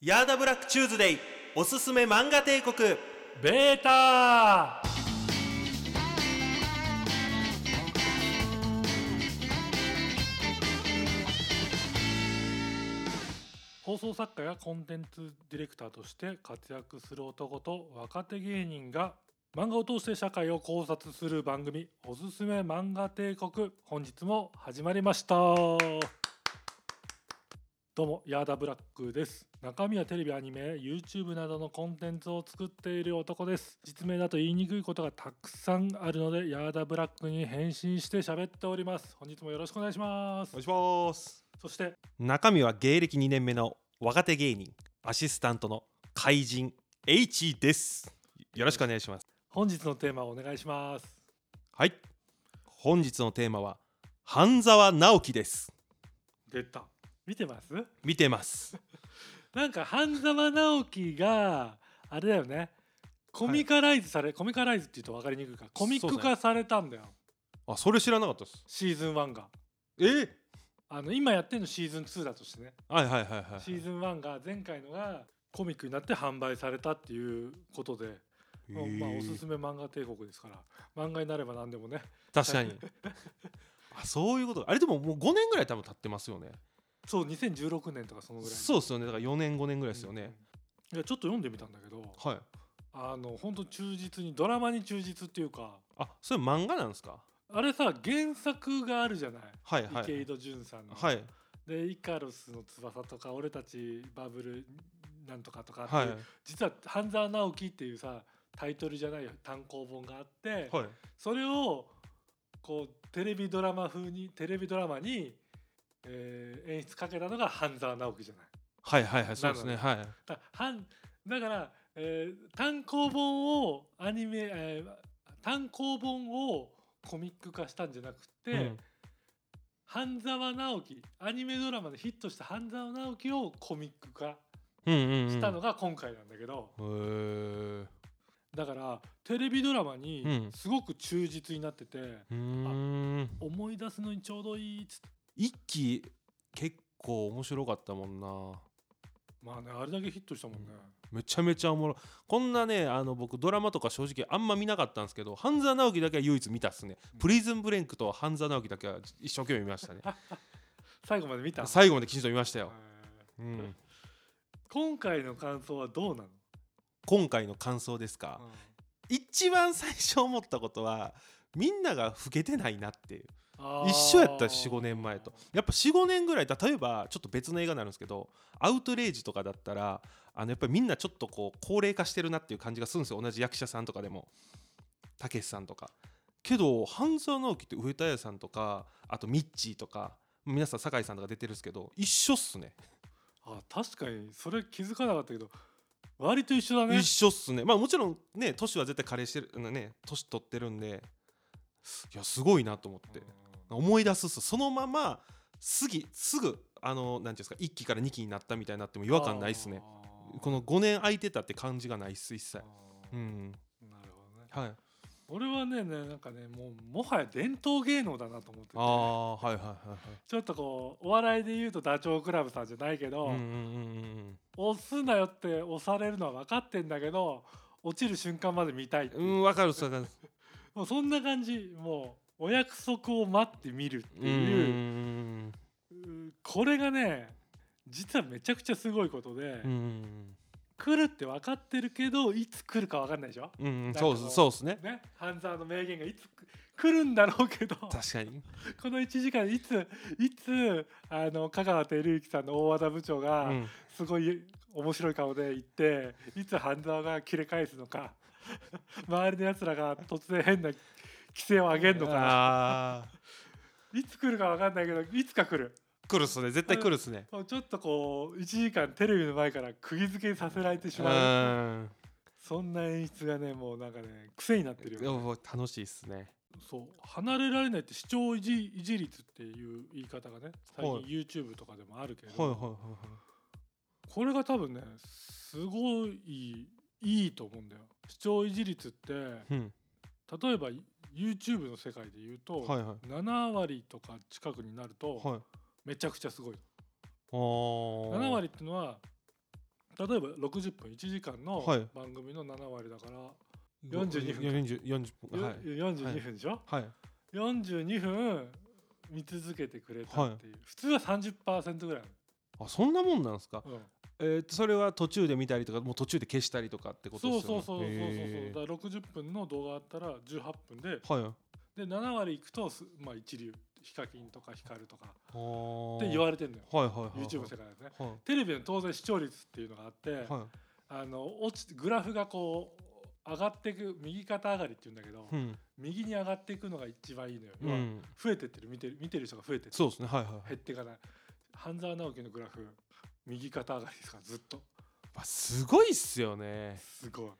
ヤーダブラックチューズデイおすすめ漫画帝国ベータ放送作家やコンテンツディレクターとして活躍する男と若手芸人が漫画を通して社会を考察する番組「おすすめ漫画帝国」本日も始まりましたどうもヤーダブラックです中身はテレビアニメ YouTube などのコンテンツを作っている男です実名だと言いにくいことがたくさんあるのでヤーダブラックに返信して喋っております本日もよろしくお願いしますしますそして中身は芸歴2年目の若手芸人アシスタントの怪人 H ですよろしくお願いします本日のテーマをお願いしますはい本日のテーマは半沢直樹です出た見てます見てますなんか半沢直樹があれだよねコミカライズされ、コミカライズって言うと分かりにくいからコミック化されたんだよ、あそれ知らなかったですシーズン1がえー、あの今やってるのシーズン2だとしてね、はいはいはいはいシーズン1が前回のがコミックになって販売されたっていうことで、もうまあ、おすすめ漫画帝国ですから漫画になれば何でもね確かに あそういうことあれでももう5年ぐらい多分経ってますよねそう2016年とかそのぐらいそうですよねだから4年5年ぐらいですよね、、うんいやちょっと読んでみたんだけどはいあの本当忠実にドラマに忠実っていうかあそれ漫画なんですかあれさ原作があるじゃない、はいはい池井戸潤さんの。はいで「イカロスの翼」とか「俺たちバブルなんとか」とかっていう、はい実は「半沢直樹」っていうさタイトルじゃないよ単行本があって、はいそれをこうテレビドラマ風にテレビドラマに、えー演出かけたのが半沢直樹じゃない。はいはいはいそうですねなはいだ半だから、えー単行本をアニメ、えー単行本をコミック化したんじゃなくて。うん半沢直樹アニメドラマでヒットした半沢直樹をコミック化うんうんうんしたのが今回なんだけど、へーだからテレビドラマうにんすごく忠実になってて、うーん思い出すのにちょうどいいっつって一期結構面白かったもんなまあねあれだけヒットしたもんね、めちゃめちゃおもろいこんなねあの僕ドラマとか正直あんま見なかったんですけど半沢直樹だけは唯一見たっすね、うんプリズンブレイクと半沢直樹だけは一生懸命見ま したね最後まで見た、最後まできちんと見ましたえーよ、うん、今回の感想はどうなの、今回の感想ですか、一番最初思ったことはみんなが老けてないなっていうあー一緒やった45年前とやっぱ45年ぐらい例えばちょっと別の映画になるんですけどアウトレイジとかだったらあのやっぱりみんなちょっとこう高齢化してるなっていう感じがするんですよ同じ役者さんとかでもたけしさんとかけど半沢直樹って上田綾さんとかあとミッチーとか皆さん酒井さんとか出てるんですけど一緒っすねあ確かにそれ気づかなかったけど割と一緒だね一緒っすねまあもちろんね年は絶対加齢してるね年取ってるんでいやすごいなと思ってうん思い出すっすそのまますすぎすぐあのなんていうんですか1期から2期になったみたいになっても違和感ないっすねあーこの5年空いてたって感じがないっす一切ううんんなるほどねはい俺はねねなんかねもうもはや伝統芸能だなと思ってあてあはいはいはちょっとこうお笑いで言うとダチョウ倶楽部さんじゃないけいど、はいうんうんうんうん押すなよって押されるのは分かってんだけど落ちる瞬間まで見たいっていううんうんわかるっすわかるっすもうそんな感じもうお約束を待って見るってうんういう、んうんこれがね実はめちゃくちゃすごいことで、うんうん来るって分かってるけどいつ来るか分かんないでしょ、うんうんなんかこそううっすそうっすねね、半沢の名言がいつ来るんだろうけど確かにこの1時間いついつあの香川照之さんの大和田部長うがんすごい面白い顔で言っていつ半沢が切れ返すのか 周りのやつらが突然変な規制を上げるのかあーいつ来るか分かんないけどいつか来る来るっすね絶対来るっすねちょっとこう1時間テレビの前から釘付けにさせられてしうまうんそんな演出がねもうなんかね癖になってるよねでも楽しいっすねそう離れられないって視聴維持維持率っていう言い方がね最近はい YouTube とかでもあるけれはいど、はいはいはいこれが多分ねすごいいいと思うんだよ視聴維持率ってうん例えば YouTube の世界で言うと、はいはい7割とか近くになると、はいめちゃくちゃすごいあー7割っていうのは例えば60分1時間のはい番組の7割だから、42 42分分40分よはいはい42分でしょ、はい42分見続けてくれたっていう、普通は30%ぐらいあそんなもんなんですかなの、うんえーとそれは途中で見たりとかもう途中で消したりとかってことそでうすよそうねそうそうそうへーそうだから60分の動画あったら18分ではいで7割いくとすまあ一流ヒカキンとかヒカルとかっって言われてんのよはいはいはいはい YouTube の世界ですねはいテレビの当然視聴率っていうのがあって、はあの落ちグラフがこう上がっていく右肩上がりっていうんだけど、いうん右に上がっていくのが一番いいのよ、う要はん増えてってる見てる見てる人が増えてってそうですねはいはいはい減っていかない半沢直樹のグラフ右肩上がりですからずっとあすごいっすよねすご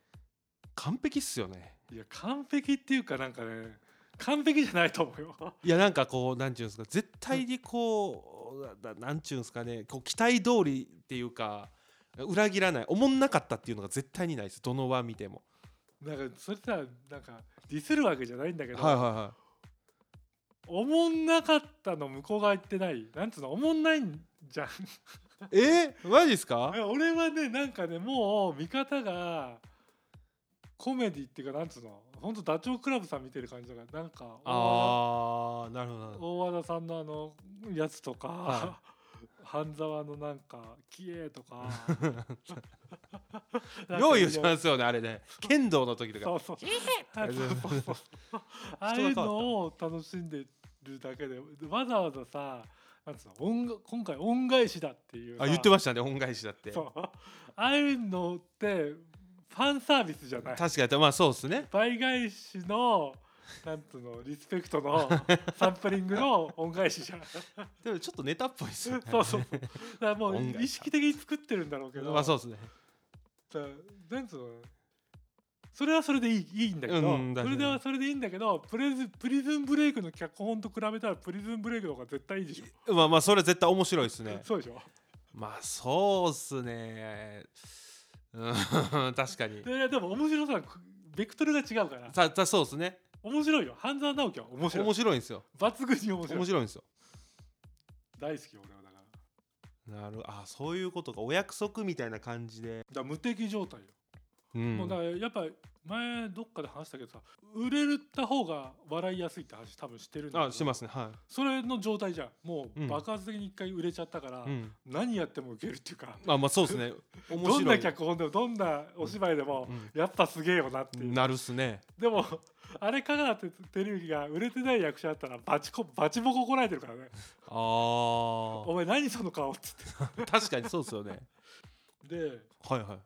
完璧っすよねいいや完璧っていうかなんかね完璧じゃないと思うよ いやなんかこうなんていうんですか絶対にこうななんていうんですかねこう期待通りっていうか裏切らないおもんなかったっていうのが絶対にないですどの輪見てもなんかそれさなんかディスるわけじゃないんだけど、はいはいはおもんなかったの向こう側言ってないなんつうのおもんないんじゃん いえー、マジですかいや俺はねなんかねもう見方がコメディっていうかなんつうのほんとダチョウ倶楽部さん見てる感じとかなんか大あーなるほどなるほ和ど田大和田さんのあのやつとか、は半沢のなんか「キエ」とかよう言うちゃうんんかですよねあれね剣道の時とそかうそうそうそうそうああいうのを楽しんでるだけでわざわざさなんつうの恩が今回恩返しだっていうさあ言ってましたね恩返しだってそうああいうのってファンサービスじゃない確かにまあそうですね倍返しのなんつうのリスペク トのサンプリングの恩返しじゃんでもちょっとネタっぽい ですよねそうそうだからもう恩返し意識的に作ってるんだろうけどまあそうですねだなんつうのそれはそれでいいいいんだけど、うんそ確かれにではそれでいいんだけどプレズプリズンブレイクの脚本と比べたらプリズンブレイクの方が絶対いいでしょ、まあまあそれは絶対面白いですね そうでしょまあそうっすねうん確かにいやいやでも面白さはベクトルが違うからたたそうですね面白いよ半沢直樹は面白い面白いんですよ抜群に面白い面白いんですよ大好き俺はだからだなかるあそういうことかお約束みたいな感じでら無敵状態よ、うんもうだからやっぱ前どっかで話したけどさ売れた方が笑いやすいって話多分してるんだけどあしてますねはそれの状態じゃんもううん爆発的に一回売れちゃったから、いうん何やっても受けるっていうかまあまあそうですね面 ど白いんな脚本でもどんなお芝居でも、やっぱすげえよなってういうんなるっすねでもあれ香川照之が売れてない役者だったらバチコバチボコ怒られてるからねあー「お前何その顔」っつっ確かにそうですよねてではいはい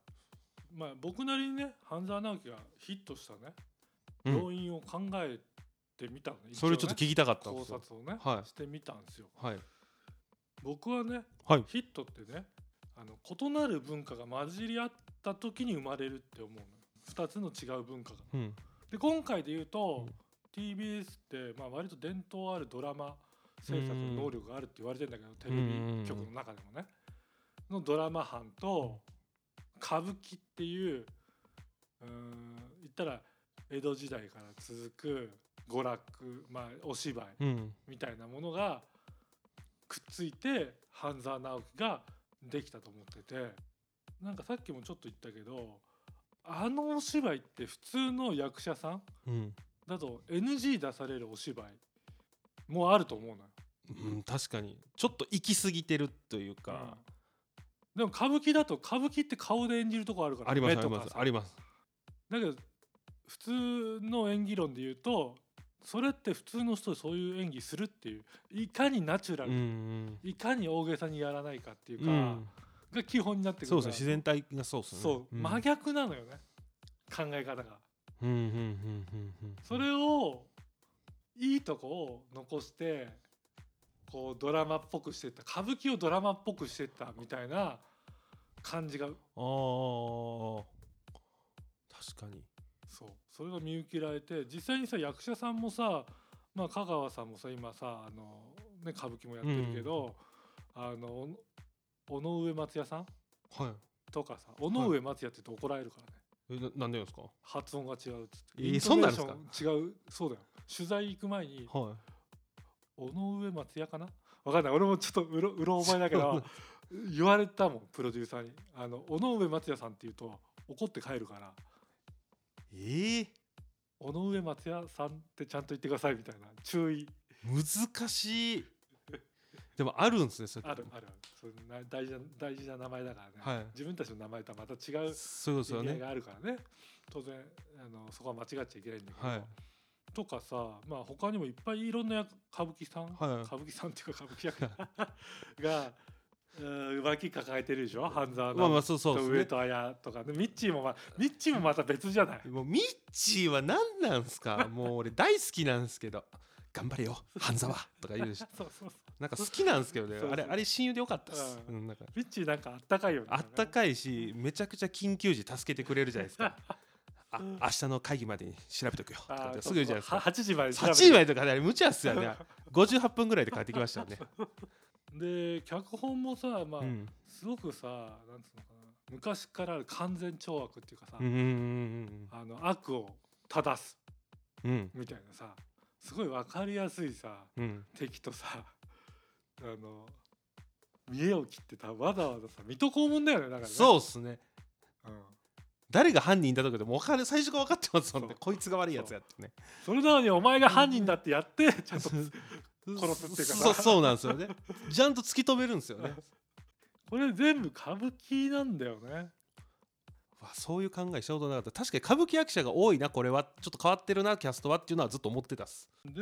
まあ、僕なりにね半沢直樹がヒットしたね、うん要因を考えてみたのねそれちょっと聞きたかっ一た応んでね考すよ察をね、はいしてみたんですよはい僕はね、はいヒットってねあの異なる文化が混じり合った時に生まれるって思うのよ2つの違う文化がうんで今回で言うとうん、 TBS って、まあ、割と伝統あるドラマ制作の能力があるって言われてんだけど、テレビ局の中でもねのドラマ班と歌舞伎っていううーん言ったら江戸時代から続く娯楽、まあ、お芝居うんみたいなものがくっついて半沢直樹ができたと思っててなんかさっきもちょっと言ったけどあのお芝居って普通の役者さんうんだと NG 出されるお芝居もあると思うのよ。うん、確かにちょっと行き過ぎてるというか、でも歌舞伎だと歌舞伎って顔で演じるとこあるからあります目あとりかますさありますだけど普通の演技論で言うとそれって普通の人でそういう演技するっていういかにナチュラうんうル、んいかに大げさにやらないかっていううか、んが基本になってくそうるでかすねら自然体がそうですよねそう、ん真逆なのよね考え方がうんうんうんうんうんそれをいいとこを残してこうドラマっぽくしてった歌舞伎をドラマっぽくしてったみたいな感じがあー確かにそうそれが見受けられて実際にさ役者さんもさ、まあ、香川さんもさ今さあの、ね、歌舞伎もやってるけど、あのお尾上松也さんはとかさ尾上松也って言うと怒られるからね。いえななんでですか発音が違うっつって、えーイントネーシそョンうなん違うそうだよ取材行く前には尾上松也かなわかんない俺もちょっとうろうろ覚えだけど言われたもんプロデューサーにあの尾上松也さんっていうと怒って帰るからえー、尾上松也さんってちゃんと言ってくださいみたいな注意難しいでもあるんですねそれあるあるあるそんな大事な大事な名前だからね、はい自分たちの名前とはまた違うそうです意よ味合いねがあるからね当然あのそこは間違っちゃいけないんだけど、はいとかさまあ他にもいっぱいいろんな役歌舞伎さん、はい歌舞伎さんっていうか歌舞伎役者が うん脇抱えてるでしょ半沢直樹まあまあそうそうですとね上戸彩とかねミッチーもまあミッチーもまた別じ ゃないもうミッチーは何なんすかもう俺大好きなんですけど頑張れよ半沢とか言うでしょそうそうそうなんか好きなんですけどね そうそうあれあれ親友でよかったです、ううんなんかミッチーなんかあったかいよねあったかいしめちゃくちゃ緊急時助けてくれるじゃないです かあ明日の会議までに調べとくよとかあってーすぐ言うじゃないですはか8時まで調べ8 て時までとかねあれ無茶っすよね58分ぐらいで帰ってきましたよ ね、で脚本もさまあ、うん、すごくさなんつうのかな昔からある完全懲悪っていうかさ、うんうんうんあの悪を正すうんうんみたいなさすごい分かりやすいさうん敵とさあの見栄を切ってたわざわざさ水戸黄門だよねだからねそうっすねう、ん、誰が犯人だとかでも分かる最初から分かってますもんそねうこいつが悪いやつやってねそれなのにお前が犯人だってやって、ちゃんと殺すっていうかそうそうなんですよねちゃんと突き止めるんですよねこれ全部歌舞伎なんだよねわそういう考えしたことなかった確かに歌舞伎役者が多いなこれはちょっと変わってるなキャストはっていうのはずっと思ってたっすで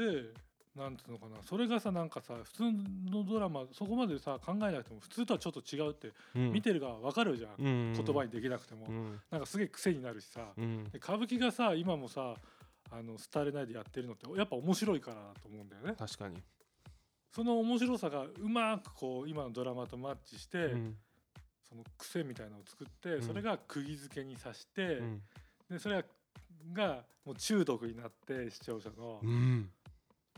なんつうのかなそれがさなんかさ普通のドラマそこまでさ考えなくても普通とはちょっと違うって見てるが分かるじゃん、言言葉にできなくても、うんなんかすげえ癖になるしさ、うんで歌舞伎がさ今もさあの廃れないでやってるのってやっぱ面白いからだと思うんだよね確かに、その面白さがうまくこう今のドラマとマッチして、うんその癖みたいなのを作って、んそれが釘付けにさして、うんでそれがもう中毒になって視聴者の、うん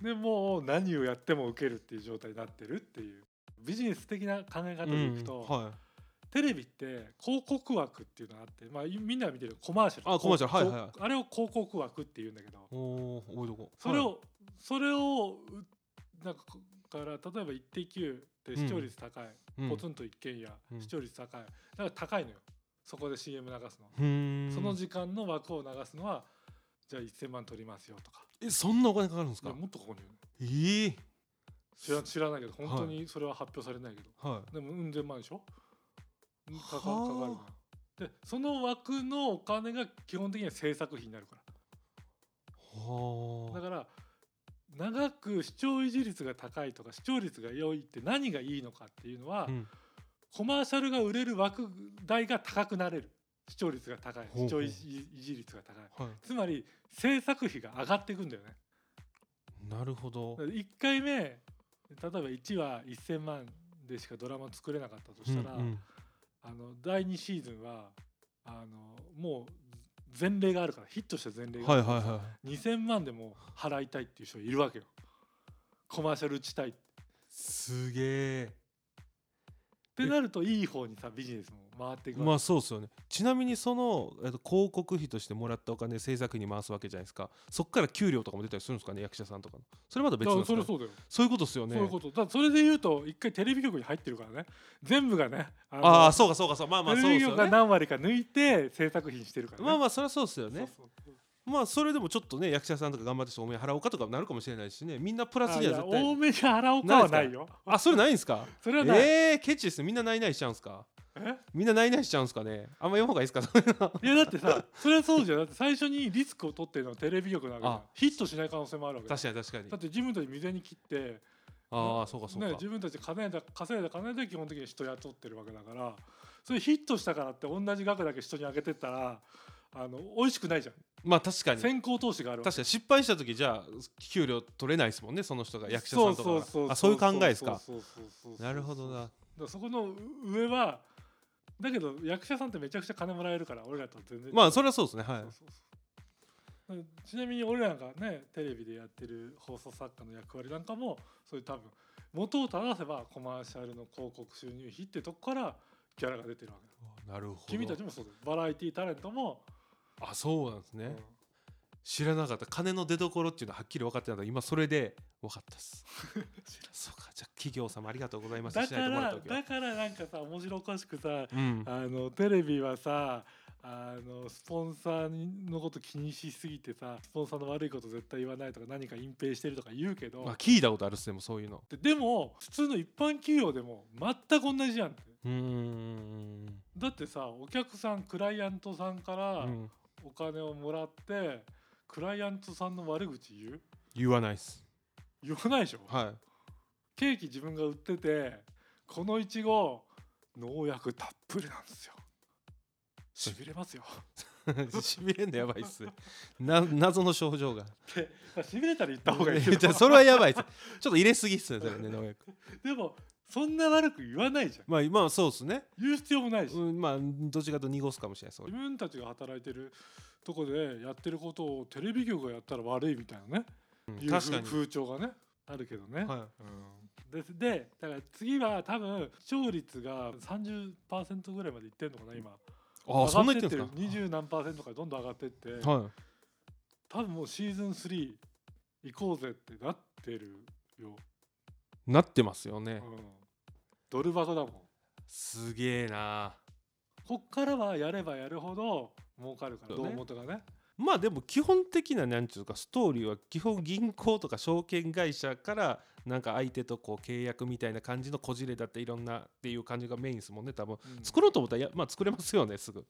でもう何をやっても受けるっていう状態になってるっていうビジネス的な考え方でいくと、うんはい、テレビって広告枠っていうのがあって、まあ、いみんなが見てるコマーシャルあコマーシャルはいはいこうあれを広告枠っていうんだけどおーおいとこそれを、はいそれをうなんかこから例えば一定級で視聴率高い、うんポツンと一軒家、うん視聴率高いだから高いのよそこで CM 流すの、うーんその時間の枠を流すのはじゃあ1000万取りますよとかえそんなお金かかるんですいやかもっとここに言うえー、の知ら知らないけど本当にそれは発表されないけど、はでもうん千万でしょうんかかかかるはあのよでその枠のお金が基本的には制作費になるからいはだあから長く視聴維持率が高いとか視聴率が良いって何がいいのかっていうのは、うんコマーシャルが売れる枠代が高くなれる視聴率が高いほうほう視聴維持維持率が高いはつまり制作費が上がっていくんだよねい、なるほど1回目例えば1話1000万でしかドラマ作れなかったとしたら、うんうんあの第2シーズンはあのもう前例があるからヒットした前例がはあいるはいからは2000万でも払いたいっていう人いるわけよコマーシャル打ちたいっいすげえてなるといい方にさビジネスも回っていくまわあけ、そうですよねちなみにその、えっと、広告費としてもらったお金制作費に回すわけじゃないですかそっから給料とかも出たりするんですかね役者さんとかのそれまた別だなかんらですそか、ね、れそうだよ、そういうことですよねそういうことだからそれで言うと一回テレビ局に入ってるからね全部がねあのああそうかそうかそうまあまあそテうレでビす局よがね何割か抜いて制作費にしてるからねまあまあそりゃそうですよねそうそうまあそれでもちょっとね役者さんとか頑張ってお目払おうかとかなるかもしれないしねみんなプラスあいにはや絶多対めに払おうかはないよあそれないんですかそれはない、えー、ケチですねみんなないないしちゃうんですかえみんなないないしちゃうんですかねあんま読む方がいいですか そういうのいやだってさそれはそうじゃんだって最初にリスクを取ってるのはテレビ局なわけじゃんあヒットしない可能性もあるわけだ確かに確かにだって自分たち未然に切ってああそうかそうか、ね、自分たち金だ稼いだ金で基本的に人雇ってるわけだからそれヒットしたからって同じ額だけ人にあげてったらあの美味しくないじゃまあ確かんに先行投資があるわ確かに失敗した時じゃあ給料取れないですもんねその人がけ役者さんとかがあそういう考えですかそうそうそうそうなるほどだなからそこの上はだけど役者さんってめちゃくちゃ金もらえるから俺らとは全然違うまあそれはそうですねはいそうそうそうちなみに俺らがねテレビでやってる放送作家の役割なんかもそういう多分元を正せばコマーシャルの広告収入費ってとこからギャラが出てるわけだなるほど君たちもそうだよバラエティタレントも、あそうなんですうんね知ら なかった金の出所っていうのははっきり分かってなかった今それで分かったですそうかじゃあ企業様ありがとうございますだしかないと思われらたわけよだからなんかさ面白おかしくさうんあのテレビはさあのスポンサーにのこと気にしすぎてさスポンサーの悪いこと絶対言わないとか何か隠蔽してるとか言うけど、まあ、聞いたことあるっすねもうそういうのででも普通の一般企業でも全く同じやんってうーんだってさお客さんクライアントさんからうんお金をもらって、クライアントさんの悪口言う言わないっす言わないでしょはいケーキ自分が売っててこのいちご農薬たっぷりなんですよしびれますよしびれんのやばいっ すねな謎の症状がってまあ しびれたら言った方がいい けじゃどあそれはやばいっすちょっと入れすぎっすねそれね農薬でもそんな悪く言わないじゃんまあまあそうっすね、言う必要もないし、うん、まあどっちかと濁すかもしれないそういう自分たちが働いてるとこでやってることをテレビ局がやったら悪いみたいなね、うんいう確かに、風潮がねあるけどね、はうんですでだから次は多分視聴率が30%ぐらいまでいってんのかな今い、ああそんな言って上るがんっです20何パーセントからどんどん上がってって、かはい多分もうシーズン3行こうぜってなってるよ、なってますようんね、ドルバカだもんすげえなこっからはやればやるほど儲かるからそうね胴元がねまあでも基本的ななんちゅうかストーリーは基本銀行とか証券会社からなんか相手とこう契約みたいな感じのこじれだっていろんなっていう感じがメインですもんね多分うん作ろうと思ったらや、まあ、作れますよねすぐ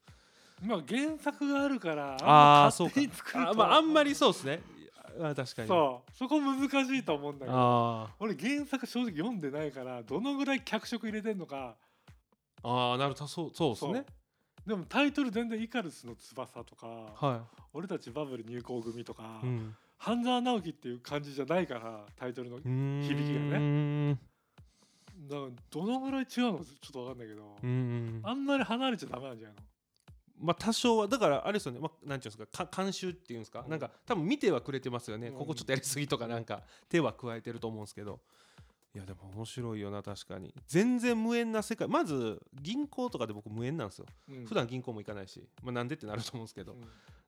まあ原作があるからあーんま勝手に作るとあ,、まあ、あんまりそうですねあ確かにそうそこ難しいと思うんだけどあ俺原作正直読んでないからどのぐらい脚色入れてんのかーあーなるほどそうそうですねでもタイトル全然「イカルスの翼」とかは「俺たちバブル入校組」とか、い、うん、半沢直樹っていう感じじゃないからタイトルのうだかーん響きがうねーんらどのぐらい違うのちょっと分かんないけど、うーんあんまり離れちゃダメなんじゃないのまあ多少はだからあれですよね、まあ、なんていうんですかか監修っていうんですか、うんなんか多分見てはくれてますよね、うんここちょっとやりすぎとかなんか手は加えてると思うんですけどいやでも面白いよな確かに全然無縁な世界まず銀行とかで僕無縁なんですよ、うん普段銀行も行かないし、まあ、なんでってなると思うんですけど、うん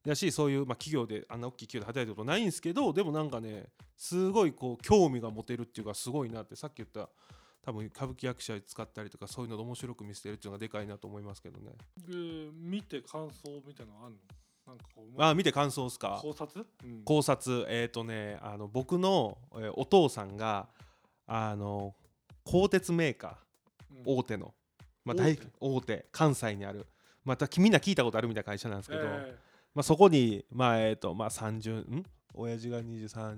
やしそういう、まあ、企業であんな大きい企業で働いたことないんですけどでもなんかねすごいこう興味が持てるっていうかすごいなってさっき言った多分歌舞伎役者使ったりとかそういうので面白く見せてるっていうのがでかいなと思いますけどね。で見て感想みたいなのあんのなんかこうあ見て感想っすか考察、うん考察えっ、とねあの僕の、えーお父さんがあの鋼鉄メーカーうん大手の、まあ、大大手大手関西にあるまたみんな聞いたことあるみたいな会社なんですけど、えまあ、そこにまあえっ、とまあ30ん親父が2030、ま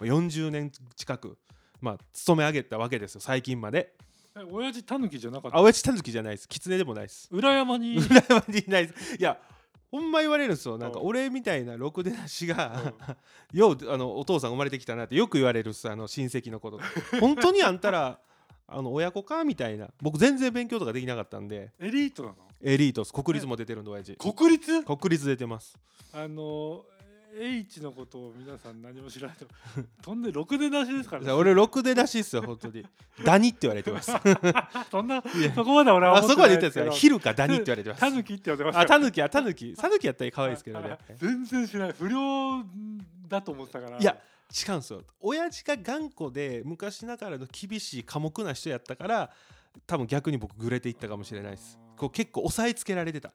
あ、40年近く、まあ、勤め上げたわけですよ最近までええ親父タヌキじゃなかったあ親父たぬきじゃないです狐でもないです 裏山に、うん裏山にいないですいやほんま言われるんですよなんかうん俺みたいなろくでなしが、ようあのお父さん生まれてきたなってよく言われるっすあの親戚のこと本当にあんたらあの親子かみたいな僕全然勉強とかできなかったんでエリートなエリートっす国立も出てるんで親父の国立国立出てますあの H のことを皆さん何も知らないととんでろくでなしですからね俺ろくでなしっすよ本当にダニって言われてますそんないやそこまで俺はあ思そこまで言ってんですかよヒルかダニって言われてますタヌキって呼んでましたあタヌキあタヌキタヌキやったら可愛いですけどね全然知らない不良だと思ってたからいや違うんですよ親父が頑固で昔ながらの厳しい寡黙な人やったから多分逆に僕グレていったかもしれないですこう結構押さえつけられてた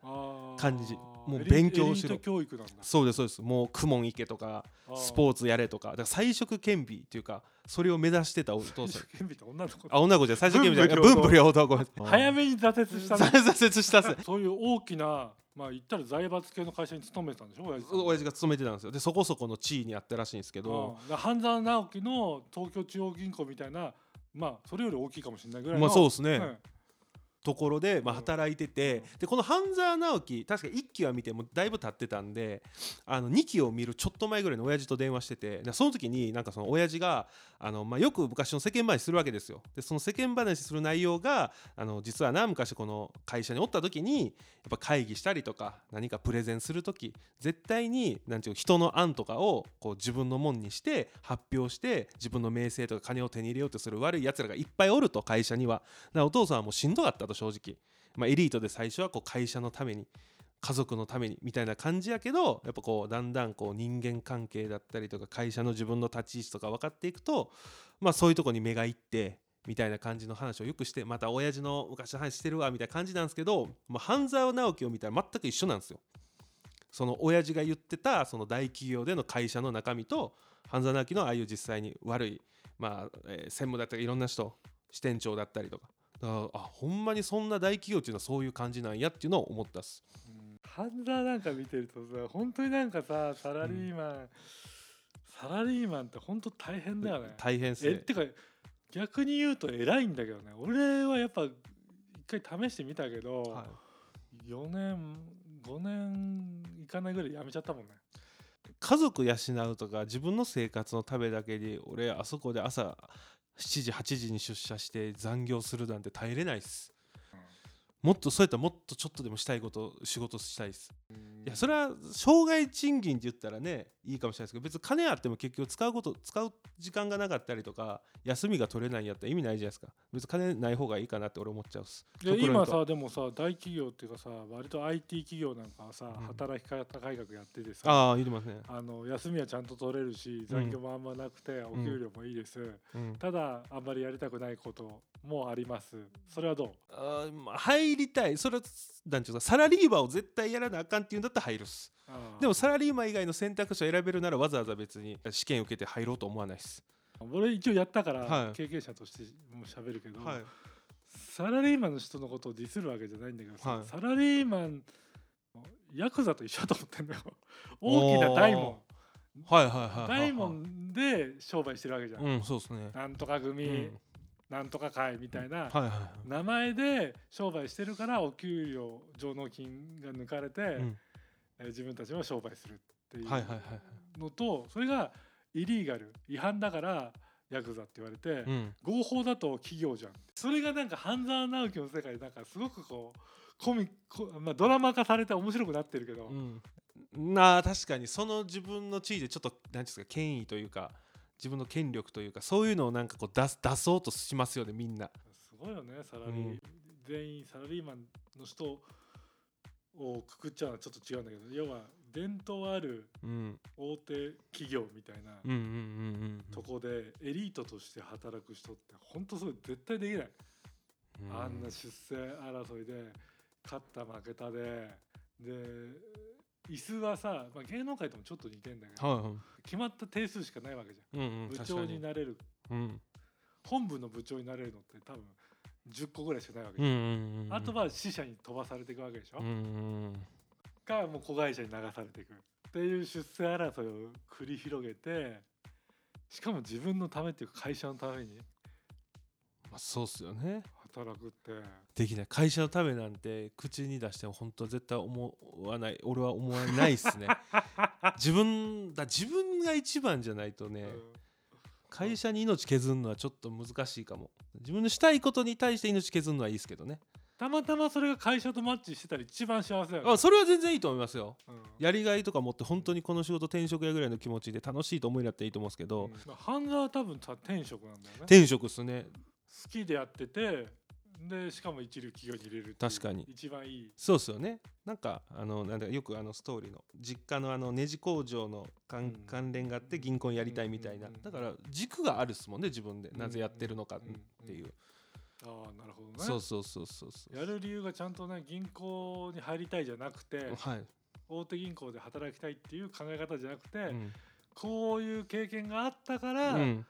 感感じもう勉強しろエリート教育なんだそうですそうですもう公文池とかスポーーツやれとかだから菜食顕微っていうかそれを目指してたお父 さんツって女の子あ女の子じゃない菜食顕微じゃない文文武武両道ごめんなさい早めに挫折したね挫折したっすそういう大きなまあ言ったら財閥系の会社に勤めてたんでしょ親父さん親父が勤めてたんですよでそこそこの地位にあったらしいんですけど、うんだから半沢直樹の東京中央銀行みたいなまあそれより大きいかもしれないぐらいのまあそうですね、うんところで、まあ、うん働いてて、でこの半沢直樹確か1期は見てもうだいぶ経ってたんであの2期を見るちょっと前ぐらいに親父と電話しててでその時になんかその親父があの、まあ、よく昔の世間話するわけですよでその世間話する内容があの実はな昔この会社におった時にやっぱ会議したりとか何かプレゼンする時絶対になんていうの人の案とかをこう自分のもんにして発表して自分の名声とか金を手に入れようとする悪いやつらがいっぱいおると会社にはだからお父さんはもうしんどかったと正直、まあ、エリートで最初はこう会社のために家族のためにみたいな感じやけどやっぱこうだんだんこう人間関係だったりとか会社の自分の立ち位置とか分かっていくとまあそういうとこに目がいってみたいな感じの話をよくしてまた親父の昔の話してるわみたいな感じなんですけど、まあ、半沢直樹を見たら全く一緒なんですよ。その親父が言ってたその大企業での会社の中身と半沢直樹のああいう実際に悪い、まあえー専務だったりいろんな人支店長だったりとかだからあほんまにそんな大企業っていうのはそういう感じなんやっていうのを思ったっす。ハンザなんか見てるとさ本当になんかさサラリーマン、サラリーマンって本当大変だよね。大変っすえっねてか逆に言うと偉いんだけどね俺はやっぱ一回試してみたけど、はい4年5年いかないぐらい辞めちゃったもんね。家族養うとか自分の生活のためだけに俺あそこで朝7時8時に出社して残業するなんて耐えれないっすもっとそうやったらもっとちょっとでもしたいこと仕事したいっすいやそれれは障害賃金って言ったらねいいかもしれないですけど別に金あっても結局使うこと使う時間がなかったりとか休みが取れないんやったら意味ないじゃないですか別に金ない方がいいかなって俺思っちゃうっす極論今言うとさでもさ大企業っていうかさ割と IT 企業なんかはさ、ん働き方改革やっててさああ言ってますね、あの休みはちゃんと取れるし残業もあんまなくて、おん給料もいいです、うんただあんまりやりたくないこともありますそれはどうあーまあ入りたいそれはなんちゅうかサラリーマンを絶対やらなあかんっていうんだったら入るっすででももサラリーマン以外の選択肢を選べるならわざわざ別に試験受けて入ろうと思わないです。俺一応やったから、はい経験者としても喋るけど、サラリーマンの人のことをディスるわけじゃないんだけどさ、はいサラリーマンヤクザと一緒だと思って んだよ大きな大門はいはいはいはいはい。大門で商売してるわけじゃん、うんそうですね。なんとか組、うんなんとか会みたいはな、いはいは名前で商売してるからお給料上納金が抜かれて、い。うんえー自分たちは商売するっていうはいはいはいはいのとそれがイリーガル違反だからヤクザって言われて、うん合法だと企業じゃんそれがなんか半沢直樹の世界なんかすごくこうコミコ、まあ、ドラマ化されて面白くなってるけど、うん。なあ確かにその自分の地位でちょっと何ですか権威というか自分の権力というかそういうのをなんかこう出す出そうとしますよねみんな。すごいよねサラリー、うん全員サラリーマンの人をくくっちゃうのはちょっと違うんだけど要は伝統あるうん大手企業みたいなうんうんうんうんとこでエリートとして働く人って本当それ絶対できない、うん。あんな出世争いで勝った負けたでで椅子はさ、まあ、芸能界ともちょっと似てんだけどはいはい決まった定数しかないわけじゃうんうんん部確か長になれるうん本部の部長になれるのって多分10個ぐらいしかないわけうんじゃん、うんうん。あとは死者に飛ばされていくわけでしょ、うんうんがもう子会社に流されていくっていう出世争いを繰り広げてしかも自分のためっていうか会社のためにまあそうっすよね。働くってできない会社のためなんて口に出しても本当は絶対思わない俺は思わないっす ね自分だ自分が一番じゃないとね、会社に命削るのはちょっと難しいかも自分のしたいことに対して命削るのはいいですけどねたまたまそれが会社とマッチしてたら一番幸せだよね、あそれは全然いいと思いますようんやりがいとか持って本当にこの仕事転職やぐらいの気持ちで楽しいと思いになっていいと思うんですけど、うんまあ半沢は多分さ転職なんだよね転職っすね好きでやっててでしかも一流企業に入れるっていう確かに一番いいそうっすよねなんかあのなんだよくあのストーリーの実家のあのネジ工場の関,、うん関連があって銀行やりたいみたいな、うんうんうんだから軸があるっすもんね自分でうんなぜやってるのかっていう、ああなるほどねそうそうそうそうそうやる理由がちゃんとね銀行に入りたいじゃなくてはい、大手銀行で働きたいっていう考え方じゃなくて、うんこういう経験があったから、うん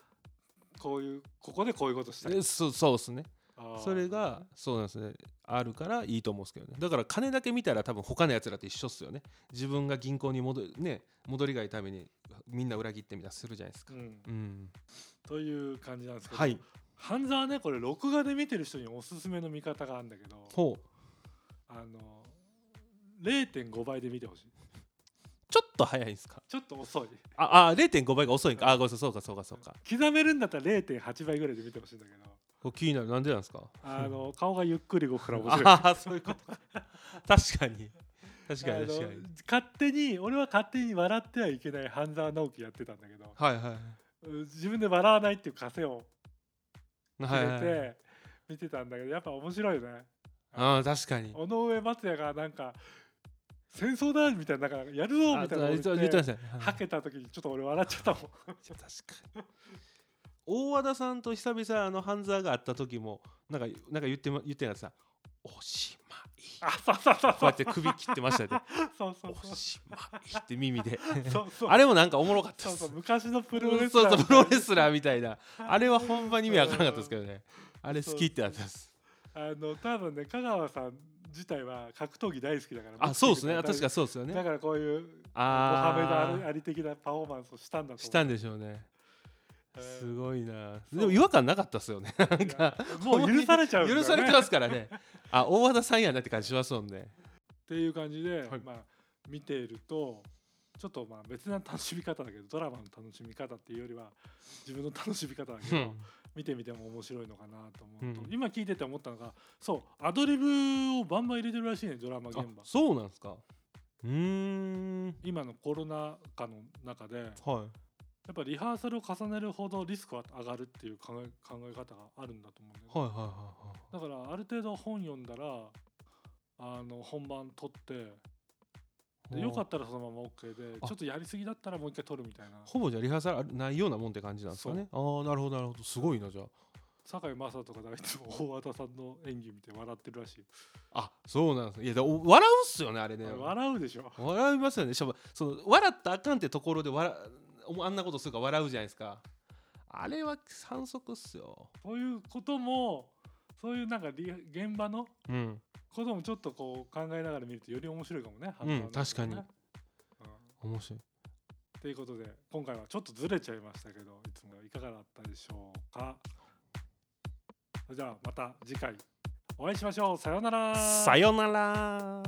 こういうここでこういうことしたいでそうそうっすねあーそれがそうなんですねあるからいいと思うんですけどねだから金だけ見たら多分他のやつらと一緒っすよね自分が銀行に戻,、ね、戻りがいいためにみんな裏切ってみたいなするじゃないですかうんうんという感じなんですけど、はい半沢ねこれ録画で見てる人におすすめの見方があるんだけどほうあの0.5倍で見てほしいちょっと早いんすかちょっと遅いああ0.5倍が遅いんかあごめんなさいそうかそうかそうか刻めるんだったら0.8倍ぐらいで見てほしいんだけどこれ気になるなんでなんですかあの顔がゆっくり動くから面白いああそういうこと か確かに確かに確かあにの勝手に俺は勝手に笑ってはいけない半沢直樹やってたんだけどはいはいうん自分で笑わないっていう枷を決はいめはいて見てたんだけどやっぱ面白いねあー確かに尾上松也がなんか戦争だみたいななんかやるぞあみたいなこと 言って言言っってまてしたねはいはけた時にちょっと俺笑っちゃったもん確かに大和田さんと久々あの半沢があった時もなんかなんか言ってま言ってなかったさおしまいあそうそうそうこうそやうって首切ってましたね そうそうおしまいって耳でそうそうあれもなんかおもろかったそでうすそう昔のププロレスそうラそうープロレスラーみたいなあれは本番に意味わからなかったですけどねあれ好きってなったですあの多分ね香川さん自体は格闘技大好きだからあそうですね確かににそうですよねだからこういうモハメあド・アリ的なパフォーマンスをしたんだと思うあしたんでしょうねえーすごいなそうでも違和感なかったですよねなんいやかもう許されちゃうんだ許よ、ね、されてますからねあ大和田さんやなって感じしますもんねっていう感じで、はいまあ、見ているとちょっとまあ別な楽しみ方だけどドラマの楽しみ方っていうよりは自分の楽しみ方だけうど、ん見てみても面白いのかなと思うと、うん今聞いてて思ったのがそうアドリブをバンバン入れてるらしいねドラマ現あ場そうなんですかうーん今のコロナ禍の中でやはいっぱリハーサルを重ねるほどリスクは上がるっていう考え考え方があるんだと思うんだよねはいはいはいだからある程度本読んだらあの本番取ってはいでよかったらそのまま OK であちょっとやりすぎだったらもう一回取るみたいなほぼじゃあリハーサルあないようなもんって感じなんですかねああーなるほどなるほどすごいなじゃあ堺雅人とかいつも大和田さんの演技見て笑ってるらしいよあそうなんですねいやでもお笑うっすよねあれねあれ笑うでしょ笑いますよねしかもその笑ったらあかんってところで笑あんなことするから笑うじゃないですかあれは反則っすよそういうこともそういうなんかリ現場のうんこともちょっとこう考えながら見るとより面白いかもね、うん反応なん確かにねうん面白いということで今回はちょっとずれちゃいましたけどいつもいかがだったでしょうかそれではまた次回お会いしましょうさようならさよなら